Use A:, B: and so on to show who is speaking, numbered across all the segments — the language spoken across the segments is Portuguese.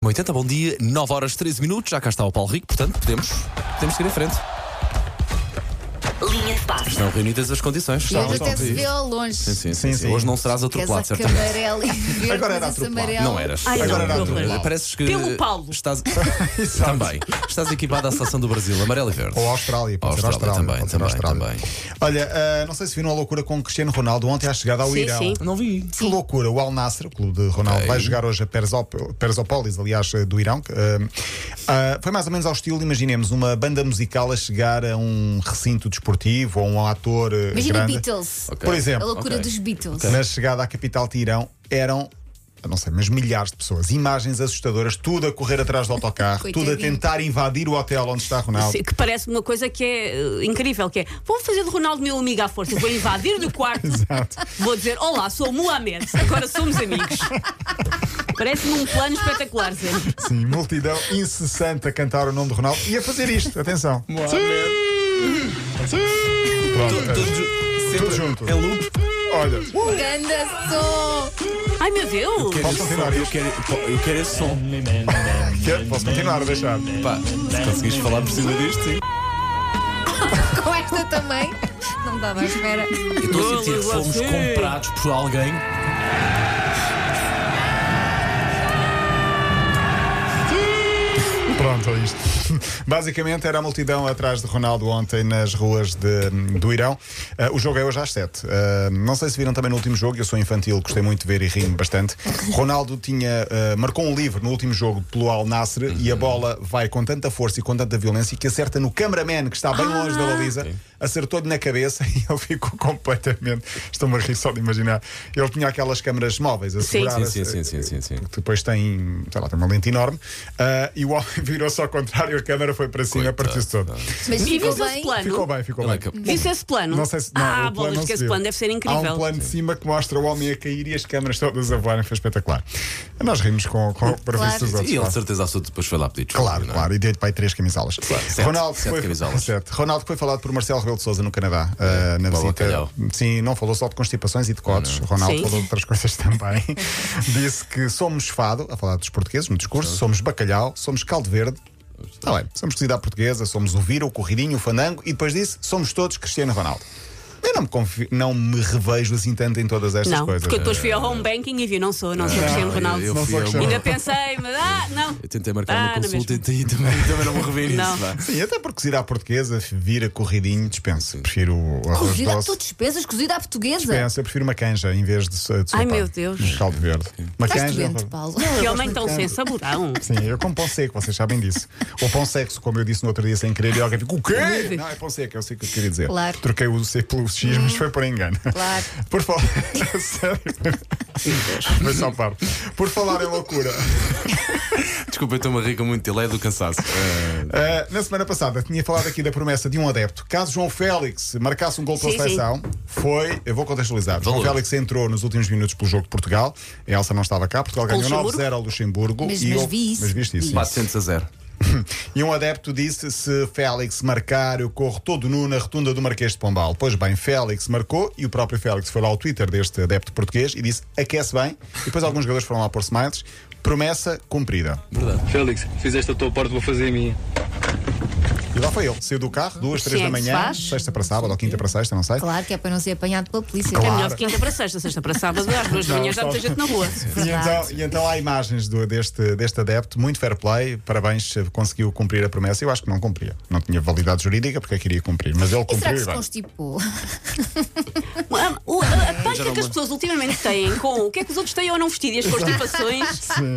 A: 80, então, bom dia, 9 horas 13 minutos, já cá está o Paulo Rico, portanto podemos, podemos seguir em frente.
B: Linha de passe.
A: Estão reunidas as condições.
C: E é hoje até se vê ao longe.
A: sim,
D: Sim, sim.
A: Hoje não serás atropelado,
C: Casaca
A: certamente.
C: amarela e verde,
D: Agora era
C: mas esse
D: atropelado.
C: amarelo.
A: Não eras.
B: Ai,
D: Agora era
A: não,
B: atropelado.
A: Pareces que.
B: Pelo Paulo.
A: Estás,
D: Exato.
A: também. Estás equipado à seleção do Brasil, amarelo e verde.
D: Ou Austrália, pode ser
A: Austrália,
D: Austrália.
A: também,
D: pode ser
A: também,
D: Austrália.
A: também.
D: Olha, ah, não sei se viram a loucura com o Cristiano Ronaldo ontem à chegada ao
B: Sim,
D: Irão.
B: sim.
A: Não vi.
D: Que loucura, o Al Nasser, o clube de Ronaldo,
A: Ok.
D: vai jogar hoje a Persop- Persopolis, aliás, do Irão. que, ah, ah, foi mais ou menos ao estilo, imaginemos, uma banda musical a chegar a um recinto desportivo ou um ator ah,
C: Imagina
D: grande.
C: Beatles.
A: Ok.
D: Por
C: A
D: exemplo,
C: loucura
A: Ok.
C: dos Beatles.
D: na chegada à capital de Irão eram. eu Não sei, mas milhares de pessoas, imagens assustadoras, tudo a correr atrás do autocarro, tudo a
C: Coitadinho.
D: tentar invadir o hotel onde está Ronaldo.
B: Sim, Que parece uma coisa que é eh, incrível, que é vou fazer de Ronaldo meu amigo à força, vou invadir do quarto, vou dizer olá, sou Mohamed, agora somos amigos. Parece-me um plano espetacular, Zé.
D: Sim, multidão incessante a cantar o nome de Ronaldo e a fazer isto, atenção. Pronto,
A: Tudo
D: eh,
A: ju-
D: tudo
A: sempre
D: junto.
A: Em loop.
D: Olha,
C: Ganda som!
B: Ai meu Deus!
D: posso continuar
A: É Eu
D: isto?
A: quero, eu quero esse som.
D: Quer- é, Posso continuar a deixar?
A: Pá, se conseguires falar por cima disto, sim.
C: Com esta também. Não estava à espera.
A: Eu estou a sentir que fomos comprados por alguém.
D: Pronto, é isto. Basicamente era a multidão atrás de Ronaldo ontem nas ruas de- do Irão. Ah, o jogo é hoje às 7. Ah, não sei se viram também no último jogo, eu sou infantil, gostei muito de ver e rimo bastante. Ronaldo tinha, ah, marcou um livro no último jogo pelo Al Nasser e a bola vai com tanta força e com tanta violência que acerta no cameraman que está bem longe
A: Ah,
D: da baliza, acertou-lhe na cabeça e ele ficou completamente. Estou-me a rir só de imaginar. Ele tinha aquelas câmaras móveis a segurar.
A: Sim, sim,
D: a-
A: sim, sim, sim, sim.
D: que depois tem, sei lá, tem uma lente enorme, ah, e o homem virou-se ao contrário, a câmera foi para cima,
A: Coitado.
D: partiu-se todo.
C: Mas
B: E
C: ficou
B: viu-se esse
C: bem.
B: plano?
D: Ficou bem, ficou
A: Ele
D: bem.
A: é que-
B: Viu-se esse plano?
D: Não sei se. Não,
B: ah,
D: o plano não
B: bolas, que
D: se
B: esse
D: viu.
B: plano deve ser
D: Há um
B: incrível.
D: plano de cima que mostra o homem a cair e as câmaras todas a voarem, foi espetacular. Nós rimos com, com para ver
C: Claro.
D: se os
A: E
D: outros.
A: ele,
D: claro.
A: de certeza absoluta, depois foi lá pedir desculpa,
D: Claro,
A: não é?
D: claro, e deu-lhe para aí três camisolas.
A: sete, sete
D: foi,
A: camisolas. É,
D: Sete. Ronaldo foi falado por Marcelo Rebelo de Souza no Canadá, ah, na
A: Bola
D: visita.
A: bacalhau.
D: Sim, não falou só de constipações e de cotes. Ronaldo
B: Sim.
D: falou de outras coisas também. Disse que somos fado, a falar dos portugueses no discurso, somos bacalhau, somos caldo verde. Está bem, somos cozida à portuguesa, somos o vira, o corridinho, o fandango e depois disse, somos todos Cristiano Ronaldo. Eu não me, confi- não me revejo assim tanto em todas estas
B: Não,
D: coisas. né? é-
B: porque eu depois fui ao home banking e vi, não sou, não sou Cristiano Ronaldo.
A: Eu,
D: Não
A: fui
D: sou
A: a
D: Cristiano
A: uma-
B: Ainda pensei, mas ah, não.
A: eu tentei marcar
B: Ah,
A: uma
B: não
A: consulta e
B: mesmo.
A: também, também não me rever nisso.
B: Não.
A: vá.
D: Sim, até porque cozida à portuguesa, vira, corridinho, dispenso. Prefiro o arroz
C: Cozida a
D: doce.
C: todas despesas, cozida à portuguesa.
D: Pensa, eu prefiro uma canja em vez de, so- de
B: Ai,
D: sopa.
B: meu Deus.
D: Um caldo verde. Uma
C: Estás
D: canja.
C: doente, Paulo.
B: Que homem tão sem saborão.
D: Sim, eu como pão seco, vocês sabem disso. Ou pão sexo, como eu disse no outro dia sem querer, e alguém ficou o quê? Não, é pão seco, eu sei o que eu queria dizer.
C: Claro.
D: Troquei o C pelo X, mas foi por engano.
C: Claro.
D: Por falar. Sério. Foi só par. Por falar em loucura.
A: Desculpa, eu estou-me a rir com muito delay do cansaço. Eh,
D: Uh, na semana passada tinha falado aqui da promessa de um adepto. Caso João Félix marcasse um gol pela
B: Sim, sim.
D: seleção, foi. Eu vou contextualizar.
A: Valor.
D: João Félix entrou nos últimos minutos pelo jogo de Portugal. A Elsa não estava cá. Portugal ganhou
B: Luxemburgo.
D: 9-0 ao Luxemburgo.
C: Mas-
D: e
C: mas
D: eu-
C: vi isso.
D: Mas viste isso. sim.
A: 400 a 0.
D: E um adepto disse: se Félix marcar, eu corro todo nu na rotunda do Marquês de Pombal. Pois bem, Félix marcou e o próprio Félix foi lá ao Twitter deste adepto português e disse: aquece bem. E depois alguns jogadores foram lá pôr smiles. Promessa cumprida.
E: Félix, fizeste a tua parte, vou fazer a minha.
D: E lá foi ele. Saiu do carro, duas, três
B: Sim,
D: da
B: é que se
D: manhã,
B: faz.
D: sexta para sábado ou quinta para sexta, não sei.
C: Claro que é para não ser apanhado pela polícia.
B: É
D: Claro.
B: melhor de quinta para sexta, sexta para sábado, às duas da
D: Não,
B: manhã já há muita
D: só-
B: gente na rua.
D: E então, e então há imagens do- deste, deste adepto, muito fair play, parabéns, conseguiu cumprir a promessa. Eu acho que não cumpria. Não tinha validade jurídica porque é que iria cumprir, Hum. mas ele
C: E será
D: cumpriu.
C: que
D: e
C: se
D: bem.
C: constipou?
B: A, o-
A: Ah,
B: a- a panca que as pessoas ultimamente têm com o que é que os outros têm ou não vestido e as constipações.
D: Sim.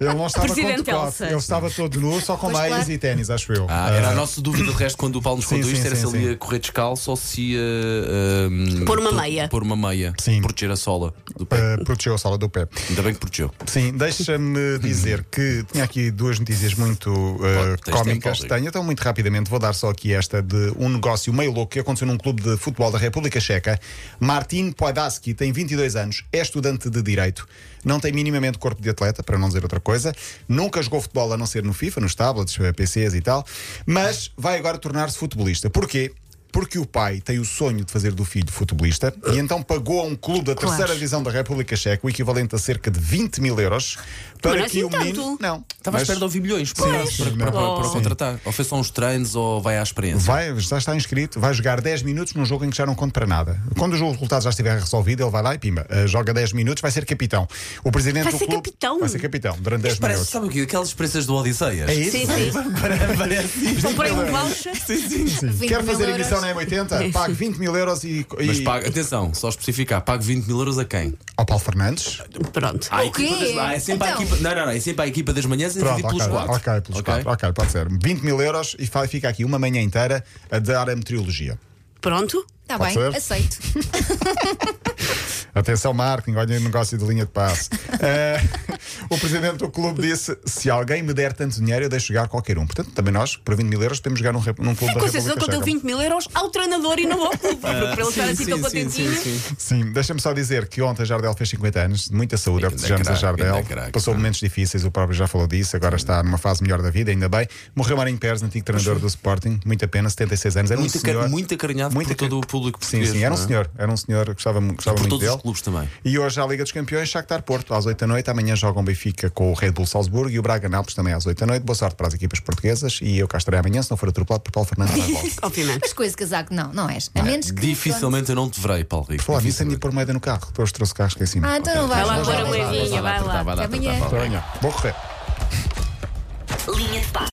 D: Ele não estava
B: Presidente
D: com decote,
B: Elsa.
D: ele estava todo nu, só com
C: Pois
D: meias
C: claro.
D: e ténis, acho eu.
A: Ah, era a nossa dúvida de resto quando o Paulo nos
D: Sim,
A: contou
D: sim,
A: isto: era
D: sim,
A: se ele
D: sim.
A: ia correr descalço ou se ia. ehm,
B: Pôr uma
A: pô-
B: meia.
A: Pôr uma meia.
D: Sim.
A: Proteger a sola do pé.
D: Ah, protegeu a sala do pé.
A: Ainda bem que protegeu.
D: Sim, deixa-me dizer que tinha aqui duas notícias muito uh,
A: Pode, tens
D: cómicas.
A: tempo, Paulo.
D: Tenho, então, muito rapidamente, vou dar só aqui esta de um negócio meio louco que aconteceu num clube de futebol da República Checa. Martin Podaski tem 22 anos, é estudante de Direito, não tem minimamente corpo de atleta, para não dizer outra coisa, nunca jogou futebol a não ser no FIFA, nos tablets, eh, PCs e tal, mas vai agora tornar-se futebolista. Porquê? porque o pai tem o sonho de fazer do filho futebolista e então pagou a um clube da
C: Claro.
D: terceira divisão da República Checa o equivalente a cerca de 20 mil euros para
B: não é
D: que
B: assim
D: o menino.
B: tanto.
D: Não.
A: Estava à
D: mas
A: espera de ouvir milhões para,
D: Pois.
A: para- para- para- para
B: Oh.
A: contratar. Ou fez só uns treinos ou vai à experiência.
D: Vai, já está inscrito, vai jogar 10 minutos num jogo em que já não conta para nada. Quando o jogo- o resultado já estiver resolvido, ele vai lá e pimba, eh, joga 10 minutos, vai ser capitão. O presidente
B: Vai
D: do
B: ser
D: clube
B: capitão?
D: vai ser capitão durante 10
A: Parece,
D: minutos.
A: sabe o quê? Aquelas experiências do Odisseias.
D: É isso?
B: Sim, sim.
A: Parece isso.
B: Comprei um voucher.
D: Quer fazer
C: euros.
D: emissão na M80? Pague 20 mil euros e. e...
A: Mas pago, atenção, só especificar, pago 20 mil euros a quem?
D: Ao Paulo Fernandes?
B: Pronto.
A: À
C: O quê?
A: equipa das- ah, é sempre à
C: Então.
A: equipa, não, não, não, é sempre à equipa das manhãs e
D: Pronto,
A: dividido
D: ok,
A: pelos quatro.
D: ok, pelos
A: Ok?
D: quatro, ok, pode ser. 20 mil euros e fa- fica aqui uma manhã inteira a dar a meteorologia.
B: Pronto.
C: Está
D: Pode
C: Tá bem,
D: ser?
C: aceito.
D: Atenção, marketing, olha o negócio de linha de passe. Eh, o presidente do clube disse: se alguém me der tanto dinheiro, eu deixo jogar qualquer um. Portanto, também nós, por 20 mil euros, podemos jogar num, rep- num clube
B: É
D: da
B: Conceição
D: República
B: que eu deu
D: Checa.
B: 20 mil euros ao treinador e não ao clube. Para ele estar assim tão
A: Ah, sim,
B: contentinho.
A: sim, sim.
D: Sim, deixa-me só dizer que ontem a Jardel fez 50 anos, de muita saúde, é o que
A: Ainda
D: desejamos a
A: craque,
D: Jardel.
A: ainda craque,
D: Passou
A: sim.
D: momentos difíceis, o próprio já falou disso, agora está numa fase melhor da vida, ainda bem. Morreu Marinho Pérez, antigo treinador do Sporting, muita pena, 76 anos. Era um
A: Muito, acar-
D: senhor.
A: muito acarinhado
D: Muito
A: por todo
D: acar-
A: o público
D: Sim,
A: português.
D: sim, era um
A: não é?
D: senhor, era um senhor, gostava, mu- gostava
A: Por
D: muito
A: todos
D: dele.
A: os clubes também.
D: E hoje a Liga dos Campeões, Shakhtar Porto às 8 da noite, amanhã jogam Benfica com o Red Bull Salzburgo e o Braga Nápoles também às 8 da noite. Boa sorte para as equipas portuguesas e eu cá estarei amanhã, se não for atropelado por Paulo Fernandes na volta.
B: Obviamente.
C: Mas coisa de casaco, não, não és.
D: é.
C: A menos que.
A: Dificilmente eu não te verei, Paulo Rico.
D: Falar nisso, tenho de
A: Dificilmente.
D: pôr moeda no carro, depois trouxe o carro aqui em cima.
C: Ah, então não
B: Vai
C: vais.
B: lá
C: não
B: agora,
C: vais.
B: Moedinha, vai lá.
D: Tá
A: tratar, tratar,
C: Até amanhã.
A: Paulo Rico.
D: Vou correr.
F: Linha de passe.